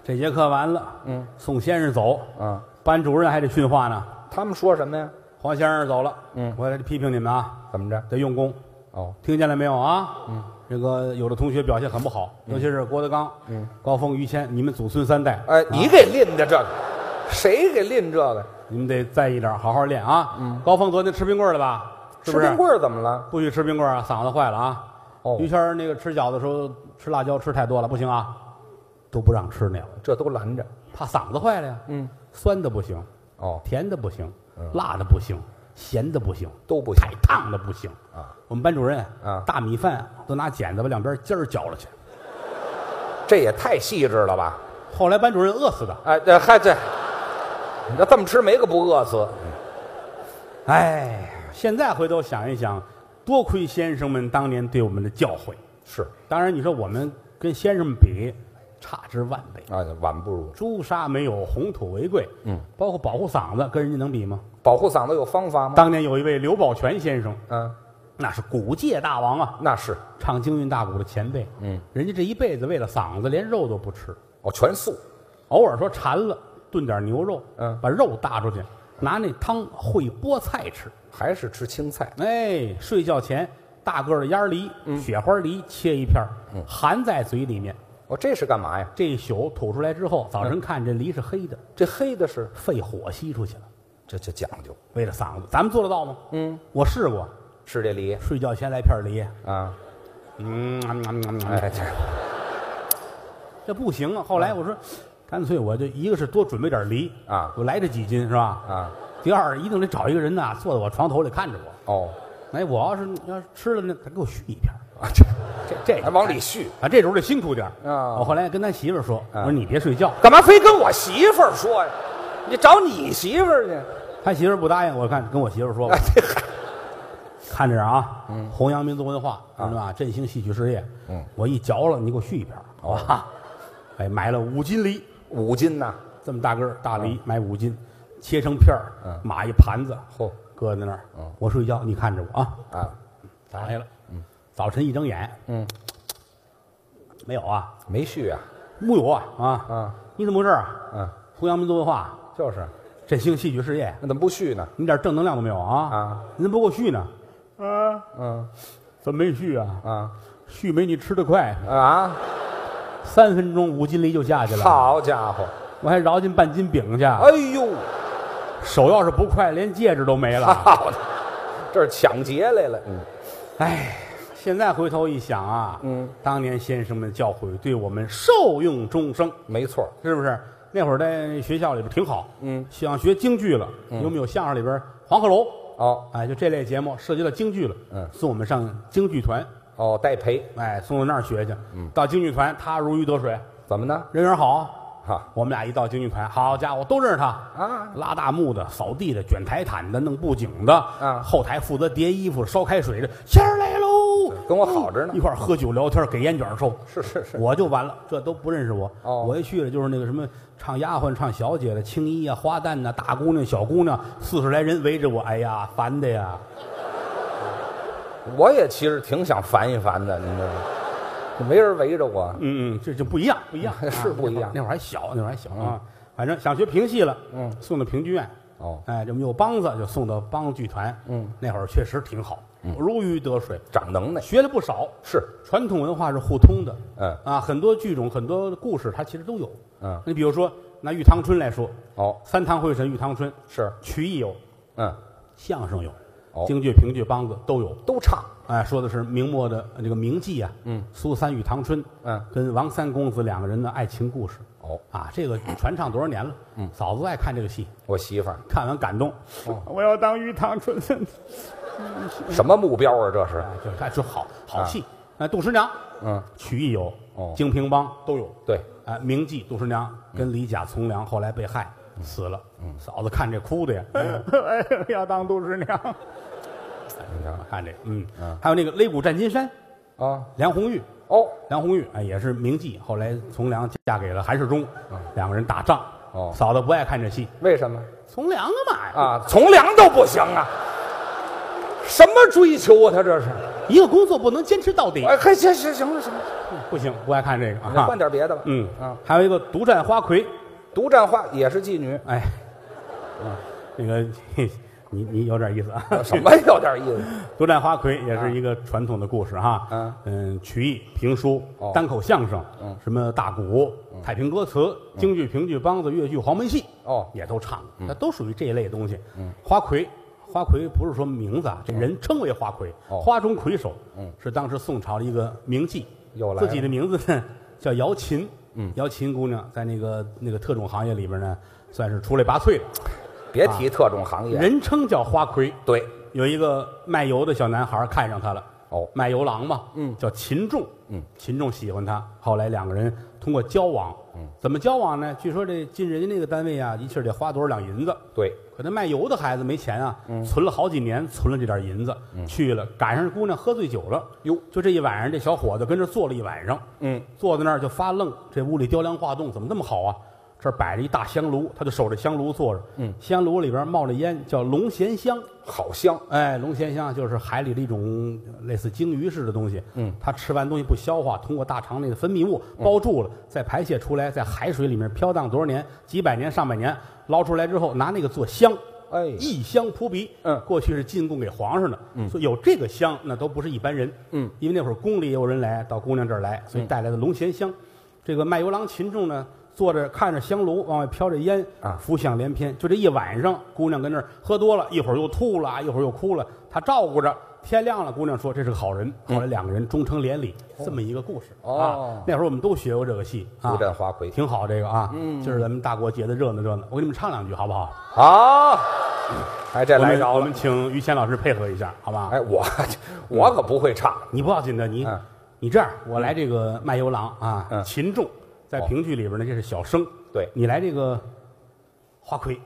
Speaker 2: 这节课完了，嗯，送先生走，
Speaker 3: 嗯，
Speaker 2: 班主任还得训话呢。
Speaker 3: 他们说什么呀？
Speaker 2: 黄先生走了，嗯，我来批评你们啊，
Speaker 3: 怎么着？
Speaker 2: 得用功，
Speaker 3: 哦，
Speaker 2: 听见了没有啊？嗯，这个有的同学表现很不好，尤其是郭德纲、嗯，高峰、于谦，你们祖孙三代，啊
Speaker 3: 哎，你给拎的这个，谁给拎这个？
Speaker 2: 你们得在意点，好好练啊。嗯，高峰昨天吃冰棍儿了吧？是
Speaker 3: 吃
Speaker 2: 不是
Speaker 3: 冰棍儿怎么了？
Speaker 2: 不许吃冰棍儿啊，嗓子坏了啊。
Speaker 3: 哦
Speaker 2: 于谦儿那个吃饺子的时候吃辣椒吃太多了，不行啊，都不让吃那个，
Speaker 3: 这都拦着。
Speaker 2: 怕嗓子坏了呀。嗯，酸的不行，
Speaker 3: 哦，
Speaker 2: 甜的不行，辣的不行，咸的不行，
Speaker 3: 都不行
Speaker 2: 太烫的不行
Speaker 3: 啊。
Speaker 2: 我们班主任
Speaker 3: 啊
Speaker 2: 大米饭都拿剪子把两边尖儿绞了去。
Speaker 3: 这也太细致了吧？
Speaker 2: 后来班主任饿死的。
Speaker 3: 哎，这还这，你这这么吃没个不饿死。
Speaker 2: 哎，现在回头想一想，多亏先生们当年对我们的教诲。
Speaker 3: 是
Speaker 2: 当然，你说我们跟先生们比，差之万倍。
Speaker 3: 啊，晚不如
Speaker 2: 朱砂没有，红土为贵。嗯，包括保护嗓子，跟人家能比吗？
Speaker 3: 保护嗓子有方法吗？
Speaker 2: 当年有一位刘宝全先生，
Speaker 3: 嗯，
Speaker 2: 那是古界大王啊，
Speaker 3: 那是
Speaker 2: 唱京韵大鼓的前辈。嗯，人家这一辈子为了嗓子连肉都不吃，
Speaker 3: 哦，全素
Speaker 2: 偶尔说馋了炖点牛肉，
Speaker 3: 嗯
Speaker 2: 把肉搭出去，拿那汤烩菠菜吃。
Speaker 3: 还是吃青菜？
Speaker 2: 哎，睡觉前大个儿的鸭梨、雪花梨切一片儿，含在嘴里面，
Speaker 3: 哦，这是干嘛呀？
Speaker 2: 这一宿吐出来之后，早晨看这梨是黑的，
Speaker 3: 这黑的是
Speaker 2: 肺火吸出去了。
Speaker 3: 这这讲究，
Speaker 2: 为了嗓子，咱们做得到吗？嗯，我试过，
Speaker 3: 是这梨
Speaker 2: 睡觉前来片梨，
Speaker 3: 啊？
Speaker 2: 嗯，
Speaker 3: 哎，这
Speaker 2: 这不行啊。后来我说，干脆我就一个是多准备点梨
Speaker 3: 啊
Speaker 2: 我来这几斤是吧？
Speaker 3: 啊，
Speaker 2: 第二一定得找一个人呐，坐在我床头里看着我。
Speaker 3: 哦，
Speaker 2: 哎，我要是要是吃了那，他给我续一片儿。
Speaker 3: 啊这
Speaker 2: 这这
Speaker 3: 还往里续，
Speaker 2: 啊，这时候得辛苦点儿
Speaker 3: 啊
Speaker 2: 我后来跟咱媳妇儿说，我
Speaker 3: 啊
Speaker 2: 说你别睡觉，
Speaker 3: 干嘛非跟我媳妇儿说呀？你找你媳妇儿去？
Speaker 2: 他媳妇儿不答应，我看跟我媳妇儿说吧
Speaker 3: 哎，，这还
Speaker 2: 看着点儿啊，弘扬民族文化，知道吧？振兴戏曲事业。
Speaker 3: 啊嗯，
Speaker 2: 我一嚼了，你给我续一片儿，好吧？哎，买了五斤梨，
Speaker 3: 哦五斤呐，
Speaker 2: 这么大个儿大
Speaker 3: 嗯
Speaker 2: 梨，买五斤，切成片儿，码一盘子，
Speaker 3: 嚯嗯
Speaker 2: 搁在那儿。我睡觉，你看着我啊。
Speaker 3: 啊，
Speaker 2: 打开了，嗯，早晨一睁眼，
Speaker 3: 嗯，
Speaker 2: 没有啊，
Speaker 3: 没续啊，
Speaker 2: 木有啊啊
Speaker 3: 啊！
Speaker 2: 你怎么回事啊？
Speaker 3: 嗯，
Speaker 2: 弘扬民族文化，
Speaker 3: 就是，
Speaker 2: 振兴戏曲事业，
Speaker 3: 那怎么不续呢？
Speaker 2: 你点正能量都没有啊？
Speaker 3: 啊，
Speaker 2: 你怎么不给我续呢？
Speaker 3: 嗯
Speaker 2: 怎么没续啊？
Speaker 3: 啊
Speaker 2: 续没你吃的快，
Speaker 3: 啊，
Speaker 2: 三分钟五斤梨就下去了。
Speaker 3: 好家伙，
Speaker 2: 我还饶进半斤饼去，
Speaker 3: 哎呦，
Speaker 2: 手要是不快，连戒指都没了。
Speaker 3: 好的，这是抢劫来了，嗯
Speaker 2: 哎，现在回头一想啊，
Speaker 3: 嗯，
Speaker 2: 当年先生们教诲对我们受用终生，
Speaker 3: 没错儿，
Speaker 2: 是不是？那会儿在学校里边挺好，
Speaker 3: 嗯，
Speaker 2: 想学京剧了，有没有相声里边黄鹤楼？
Speaker 3: 哦
Speaker 2: 哎，就这类节目涉及到京剧了，
Speaker 3: 嗯
Speaker 2: 送我们上京剧团，
Speaker 3: 哦，戴培
Speaker 2: 哎，送到那儿学去，嗯，到京剧团他如鱼得水，
Speaker 3: 怎么呢？
Speaker 2: 人缘好。
Speaker 3: 哈
Speaker 2: 我们俩一到京剧团，好家伙，都认识他
Speaker 3: 啊！
Speaker 2: 拉大幕的、扫地的、卷台毯的、弄布景的，
Speaker 3: 啊
Speaker 2: 后台负责叠衣服、烧开水的，仙儿来喽，
Speaker 3: 跟我好着呢
Speaker 2: 一块儿喝酒聊天，给烟卷抽，
Speaker 3: 是是是，
Speaker 2: 我就完了，这都不认识我。
Speaker 3: 哦
Speaker 2: 我一去了就是那个什么唱丫鬟、唱小姐的青衣啊、花旦呐、大姑娘、小姑娘，四十来人围着我，哎呀，烦的呀！
Speaker 3: 我也其实挺想烦一烦的，您知道吗？没人围着我，
Speaker 2: 嗯嗯，这就不一样，不一样，
Speaker 3: 是
Speaker 2: 啊
Speaker 3: 不一样
Speaker 2: 那会儿那会儿还小，那会儿还小啊，反正想学评戏了，嗯，送到评剧院。
Speaker 3: 哦，
Speaker 2: 哎，这么有梆子就送到梆剧团，嗯，那会儿确实挺好，
Speaker 3: 嗯
Speaker 2: 如鱼得水，
Speaker 3: 长能耐
Speaker 2: 学了不少。
Speaker 3: 是，
Speaker 2: 传统文化是互通的，
Speaker 3: 嗯
Speaker 2: 啊，很多剧种、很多故事它其实都有，
Speaker 3: 嗯，
Speaker 2: 你比如说拿玉堂春来说，
Speaker 3: 哦
Speaker 2: 三堂会审玉堂春，
Speaker 3: 是，
Speaker 2: 曲艺有，
Speaker 3: 嗯，
Speaker 2: 相声有，
Speaker 3: 哦
Speaker 2: 京剧、评剧、梆子都有。
Speaker 3: 都唱，
Speaker 2: 哎，说的是明末的呃这个名妓啊，嗯，苏三与唐春，
Speaker 3: 嗯，
Speaker 2: 跟王三公子两个人的爱情故事。
Speaker 3: 哦，
Speaker 2: 啊，这个传唱多少年了？嗯，哦嫂子爱看这个戏，
Speaker 3: 我媳妇儿
Speaker 2: 看完感动，我要当玉堂春，哎，
Speaker 3: 什么目标啊？这是，
Speaker 2: 就是哎，就好好戏。哎，杜十娘，
Speaker 3: 嗯，
Speaker 2: 曲艺有，
Speaker 3: 哦
Speaker 2: 京评梆都有。嗯
Speaker 3: 对，
Speaker 2: 哎，名妓杜十娘跟李甲从良后来被害死了，嫂子看这哭的呀， 哎，要当杜十娘。
Speaker 3: 你看
Speaker 2: 哎看这，嗯
Speaker 3: 嗯，
Speaker 2: 还有那个擂鼓战金山，
Speaker 3: 啊，
Speaker 2: 梁红玉，
Speaker 3: 哦，
Speaker 2: 梁红玉哎也是名妓，后来从良嫁给了韩世忠，两个人打仗。
Speaker 3: 嗯哦
Speaker 2: 嫂子不爱看这戏，
Speaker 3: 为什么
Speaker 2: 从良干嘛呀？
Speaker 3: 啊？从良都不行啊？什么追求啊？他这是，
Speaker 2: 一个工作不能坚持到底，
Speaker 3: 哎，嘿，行行行了行了，
Speaker 2: 不行，不爱看这个
Speaker 3: 你
Speaker 2: 啊
Speaker 3: 换。点别的吧。
Speaker 2: 嗯
Speaker 3: 啊，
Speaker 2: 还有一个独占花魁，
Speaker 3: 独占花也是妓女，
Speaker 2: 哎，
Speaker 3: 嗯
Speaker 2: 那个你你有点意思啊。
Speaker 3: 什么有点意 思？
Speaker 2: 独占花魁也是一个传统的故事哈。
Speaker 3: 嗯
Speaker 2: 嗯，曲艺、评书
Speaker 3: 哦、嗯
Speaker 2: 单口相声，什么大鼓、太平歌词、京剧、评剧、梆子、越剧、黄梅戏，
Speaker 3: 哦
Speaker 2: 也都唱，那都属于这一类东西。嗯花魁，花魁不是说名字啊，这人称为花魁，
Speaker 3: 哦嗯
Speaker 2: 花中魁首，是当时宋朝的一个名妓，
Speaker 3: 又来了嗯
Speaker 2: 自己的名字呢叫姚琴，姚琴姑娘在那个那个特种行业里边呢，算是出类拔萃的，
Speaker 3: 别提特种行业，
Speaker 2: 人称叫花魁。
Speaker 3: 对，
Speaker 2: 有一个卖油的小男孩看上她了，
Speaker 3: 哦
Speaker 2: 卖油郎嘛，嗯，叫秦仲，嗯，秦仲喜欢她，后来两个人通过交往，嗯，怎么交往呢？据说这进人家那个单位啊，一气儿得花多少两银子，
Speaker 3: 对，
Speaker 2: 可那卖油的孩子没钱啊，
Speaker 3: 嗯
Speaker 2: 存了好几年，存了这点银子，去了，赶上姑娘喝醉酒了，
Speaker 3: 哟，
Speaker 2: 就这一晚上，这小伙子跟着坐了一晚上，
Speaker 3: 嗯，
Speaker 2: 坐在那儿就发愣，这屋里雕梁画栋，怎么那么好啊？这儿摆着一大香炉，他就守着香炉坐着，嗯，香炉里边冒着烟，叫龙涎香，
Speaker 3: 好香，
Speaker 2: 哎，龙涎香就是海里的一种类似鲸鱼似的东西。嗯，它吃完东西不消化，通过大肠内的分泌物包住了，再排泄出来，在海水里面飘荡多少年，几百年、上百年，捞出来之后拿那个做香，
Speaker 3: 哎
Speaker 2: 异香扑鼻。
Speaker 3: 嗯
Speaker 2: 过去是进贡给皇上的，嗯，所以有这个香，那都不是一般人。嗯，
Speaker 3: 嗯
Speaker 2: 因为那会儿宫里也有人来，到姑娘这儿来，所以带来的龙涎香。这个卖油郎秦仲呢，坐着看着香炉往外飘着烟
Speaker 3: 啊
Speaker 2: 浮想联翩。就这一晚上，姑娘跟那儿喝多了，一会儿又吐了，一会儿又哭了，他照顾着。天亮了，姑娘说这是个好人。后来两个人终成连理，这么一个故事
Speaker 3: 嗯哦
Speaker 2: 啊。那会儿我们都学过这个戏啊，
Speaker 3: 独占花魁
Speaker 2: 挺好这个啊。
Speaker 3: 嗯
Speaker 2: 今儿咱们大过节的热闹热闹，我给你们唱两句好不好？
Speaker 3: 好，哎，这
Speaker 2: 我
Speaker 3: 来
Speaker 2: 们
Speaker 3: 着
Speaker 2: 我
Speaker 3: 了
Speaker 2: 们。请于谦老师配合一下，好吧？
Speaker 3: 哎，我 我可不会唱，
Speaker 2: 你不要紧的，你、
Speaker 3: 嗯
Speaker 2: 你这样，我来这个卖油郎啊，
Speaker 3: 嗯
Speaker 2: 秦仲在评剧里边呢，这是小生，
Speaker 3: 对
Speaker 2: 你来这个花魁，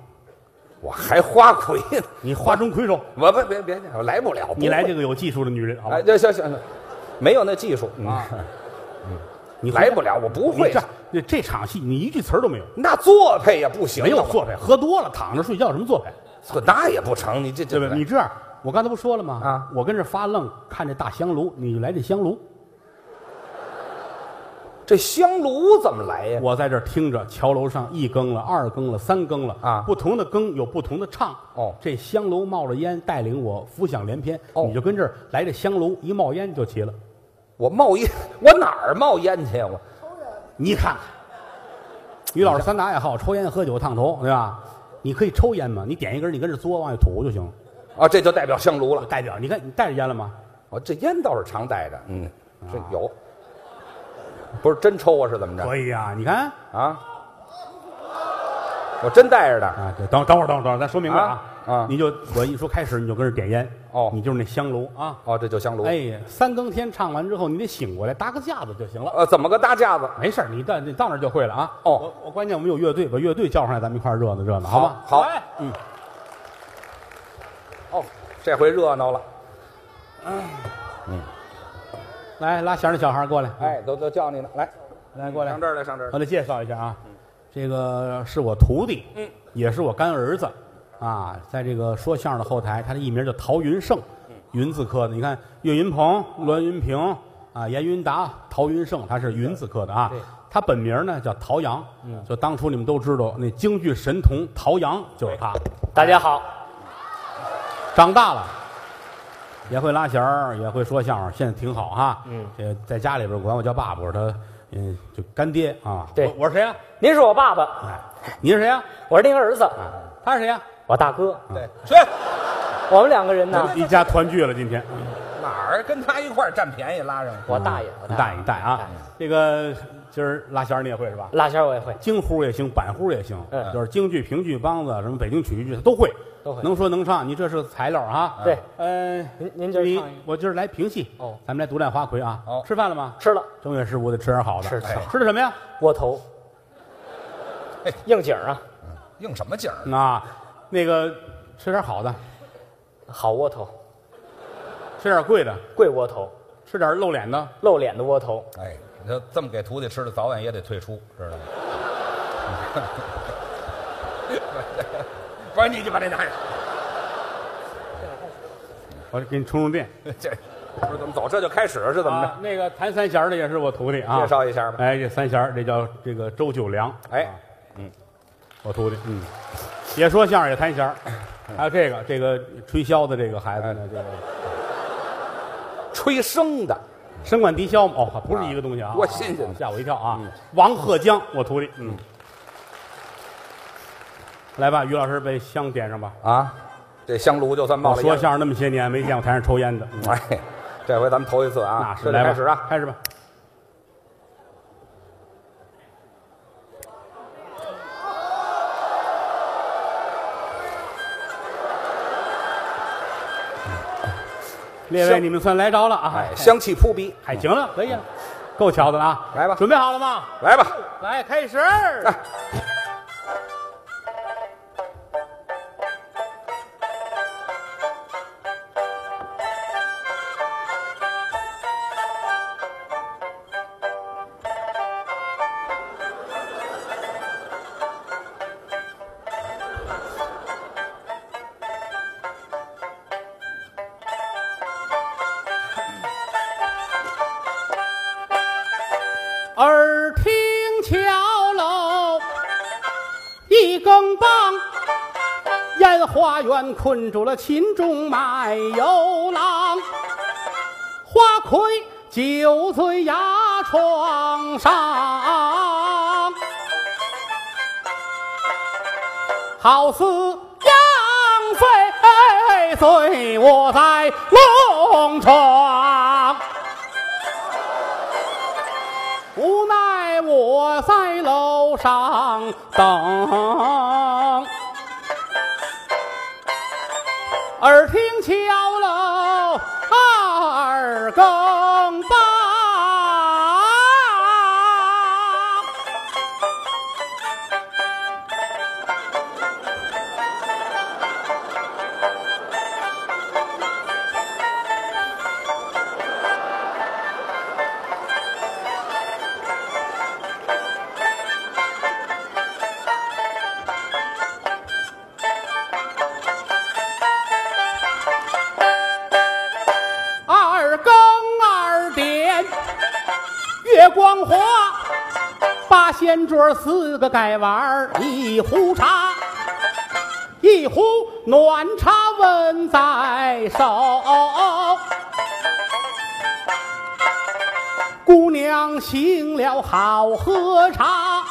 Speaker 3: 我还花魁呢。
Speaker 2: 你花中魁首，
Speaker 3: 我不别别，我来不了。
Speaker 2: 你来这
Speaker 3: 个，
Speaker 2: 个有技术的女人，好吧
Speaker 3: 哎，？行行行，没有那技术啊，
Speaker 2: 你回
Speaker 3: 来不了，我不
Speaker 2: 嗯你
Speaker 3: 会
Speaker 2: 这。这这场戏你一句词儿都没有，
Speaker 3: 那做配也不行，
Speaker 2: 没有作派，喝多了躺着睡觉什么作派，
Speaker 3: 做那也不成。你这
Speaker 2: 对
Speaker 3: 这
Speaker 2: 不对？你这样，我刚才不说了吗？
Speaker 3: 啊，
Speaker 2: 我跟这发愣看这大香炉，你就来这香炉，
Speaker 3: 这香炉怎么来呀？
Speaker 2: 我在这儿听着，桥楼上一更了，二更了，三更了
Speaker 3: 啊
Speaker 2: 不同的更有不同的唱。
Speaker 3: 哦
Speaker 2: 这香炉冒着烟，带领我浮想联翩。
Speaker 3: 哦
Speaker 2: 你就跟这儿来这香炉一冒烟就齐了。
Speaker 3: 我冒烟，我哪儿冒烟去呀？我
Speaker 2: 你看看，于老师三大爱好：抽烟、喝酒、烫头，对吧？你可以抽烟吗？你点一根，你跟这嘬往下吐就行了。
Speaker 3: 啊，这就代表香炉了。
Speaker 2: 代表，你看你带着烟了吗？
Speaker 3: 我这烟倒是常带着，嗯，这有，不是真抽啊？是怎么着
Speaker 2: 可以呀、你看
Speaker 3: 啊？我真带着的。
Speaker 2: 啊，对等等会儿，等会儿，等会儿，咱说明白啊
Speaker 3: 啊啊
Speaker 2: 你就我一说开始，你就跟这儿点烟
Speaker 3: 哦
Speaker 2: 你就是那香炉啊。
Speaker 3: 哦，这就香炉。，
Speaker 2: 哎，三更天唱完之后，你得醒过来搭个架子就行了。
Speaker 3: 呃，怎么个搭架子？
Speaker 2: 没事儿，你到你到那儿就会了啊。
Speaker 3: 哦
Speaker 2: 我我关键我们有乐队，把乐队叫上来，咱们一块儿热闹热闹，好吗？
Speaker 3: 好好
Speaker 2: 来嗯，
Speaker 3: 哦，这回热闹了。
Speaker 2: 来拉弦儿的小孩儿过来，
Speaker 3: 哎，都都叫你呢，来，
Speaker 2: 来过来
Speaker 3: 上这儿来，上这儿来
Speaker 2: 我。得介绍一下啊，这个是我徒弟，
Speaker 3: 嗯，
Speaker 2: 也是我干儿子，啊，在这个说相声的后台，他的艺名叫陶云胜，云字科的。你看岳云鹏、栾云平啊、严云达、陶云胜，他是云字科的啊
Speaker 3: 对。
Speaker 2: 他本名呢叫陶阳，嗯，就当初你们都知道那京剧神童陶阳就是他。
Speaker 4: 大家好，
Speaker 2: 长大了，也会拉弦儿，也会说相声，现在挺好哈。嗯，这在家里边管我叫爸爸，我说他，嗯，就干爹啊。
Speaker 4: 对
Speaker 2: 我我是谁呀、
Speaker 4: 您是我爸爸，
Speaker 2: 哎，您是谁呀、
Speaker 4: 我是您儿子，
Speaker 2: 他是谁呀、
Speaker 4: 我大哥，
Speaker 3: 对，去
Speaker 4: 我们两个人
Speaker 3: 嗯
Speaker 4: 呢，
Speaker 2: 一家团聚了，今天
Speaker 3: 哪儿跟他一块儿占便宜拉上
Speaker 4: 我大爷，我
Speaker 2: 你大爷你大爷啊
Speaker 4: 大爷！
Speaker 2: 这个今儿拉弦儿你也会是吧？
Speaker 4: 拉弦我也会，
Speaker 2: 京胡也行，板胡也行，
Speaker 4: 嗯
Speaker 2: 就是京剧、评剧、梆子什么北京曲艺剧他都会，
Speaker 4: 都会
Speaker 2: 能说能唱。你这是个材料啊。
Speaker 4: 对
Speaker 2: 呃，
Speaker 4: 您您今儿
Speaker 2: 你
Speaker 4: 唱一个
Speaker 2: 我今儿来评戏
Speaker 4: 哦
Speaker 2: 咱们来独占花魁啊。
Speaker 3: 哦
Speaker 2: 吃饭了吗？
Speaker 4: 吃了
Speaker 2: 正月十五得吃点好的。
Speaker 4: 吃吃
Speaker 2: 哎吃的什么呀？
Speaker 4: 窝头
Speaker 3: 哎，
Speaker 4: 应景啊，
Speaker 3: 应什么景儿？
Speaker 2: 啊，那个吃点好的，
Speaker 4: 好窝头，
Speaker 2: 吃点贵的，
Speaker 4: 贵窝头，
Speaker 2: 吃点露脸的。
Speaker 4: 露脸的窝头，
Speaker 3: 哎，你说这么给徒弟吃的，早晚也得退出，知道吗？ 不是你就把这拿下，
Speaker 2: 我给你充充电。
Speaker 3: 这不是怎么走？这就开始是怎么
Speaker 2: 啊
Speaker 3: 着？，
Speaker 2: 那个弹三弦儿的也是我徒弟啊。
Speaker 3: 介绍一下吧。
Speaker 2: 哎，这三弦儿这叫这个周九良，
Speaker 3: 哎，
Speaker 2: 我徒弟，嗯，也说相声，也弹弦儿。还有这个这个吹箫的这个孩子呢，这个
Speaker 3: 吹笙的，
Speaker 2: 笙管笛箫嘛，哦，不是一个东西啊，
Speaker 3: 啊多新鲜
Speaker 2: 吓我一跳啊！
Speaker 3: 嗯
Speaker 2: 王鹤江，我徒弟，嗯，来吧，于老师，把香点上吧。
Speaker 3: 啊，这香炉就算冒
Speaker 2: 我
Speaker 3: 了
Speaker 2: 说
Speaker 3: 烟。
Speaker 2: 相声那么些年，没见过台上抽烟的，嗯
Speaker 3: 哎，这回咱们头一次
Speaker 2: 那
Speaker 3: 啊，这
Speaker 2: 是
Speaker 3: 就
Speaker 2: 来吧，
Speaker 3: 开始啊，
Speaker 2: 开始吧。列位，
Speaker 3: 行
Speaker 2: 你们算来着了啊
Speaker 3: 哎，！香气扑鼻，
Speaker 2: 还行了，可以了，够巧的了啊！
Speaker 3: 来吧
Speaker 2: 准备好了吗？哎
Speaker 3: 来吧。
Speaker 2: 来，开始。耳听桥楼一更棒，烟花园困住了秦中卖油郎，花魁酒醉牙床上，好似杨妃随我在龙床。无奈我在楼上等，耳听敲楼二更半，二更二点，月光华，八仙桌四个盖碗儿一壶茶，一壶暖茶温在手。姑娘醒了好喝茶，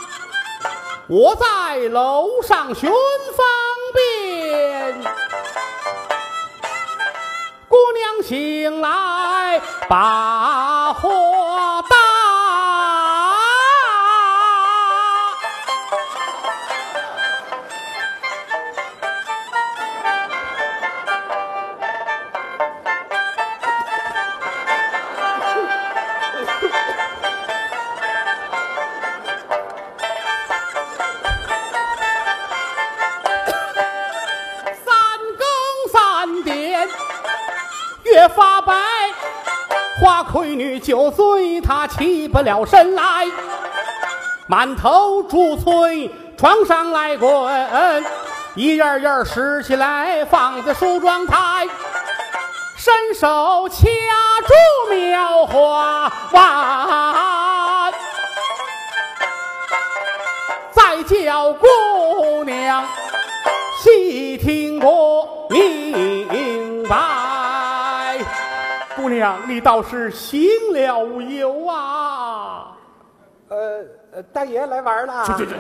Speaker 2: 我在楼上寻方便。姑娘醒来把火打，三更三点。越发白。花魁女酒醉，她起不了身来，满头珠翠，床上来滚，一页页拾起来放在梳妆台，伸手掐住描花碗，再叫姑娘。细听我明白，姑娘，你倒是行了无忧啊！
Speaker 3: 呃，大爷来玩了。
Speaker 2: 这这这，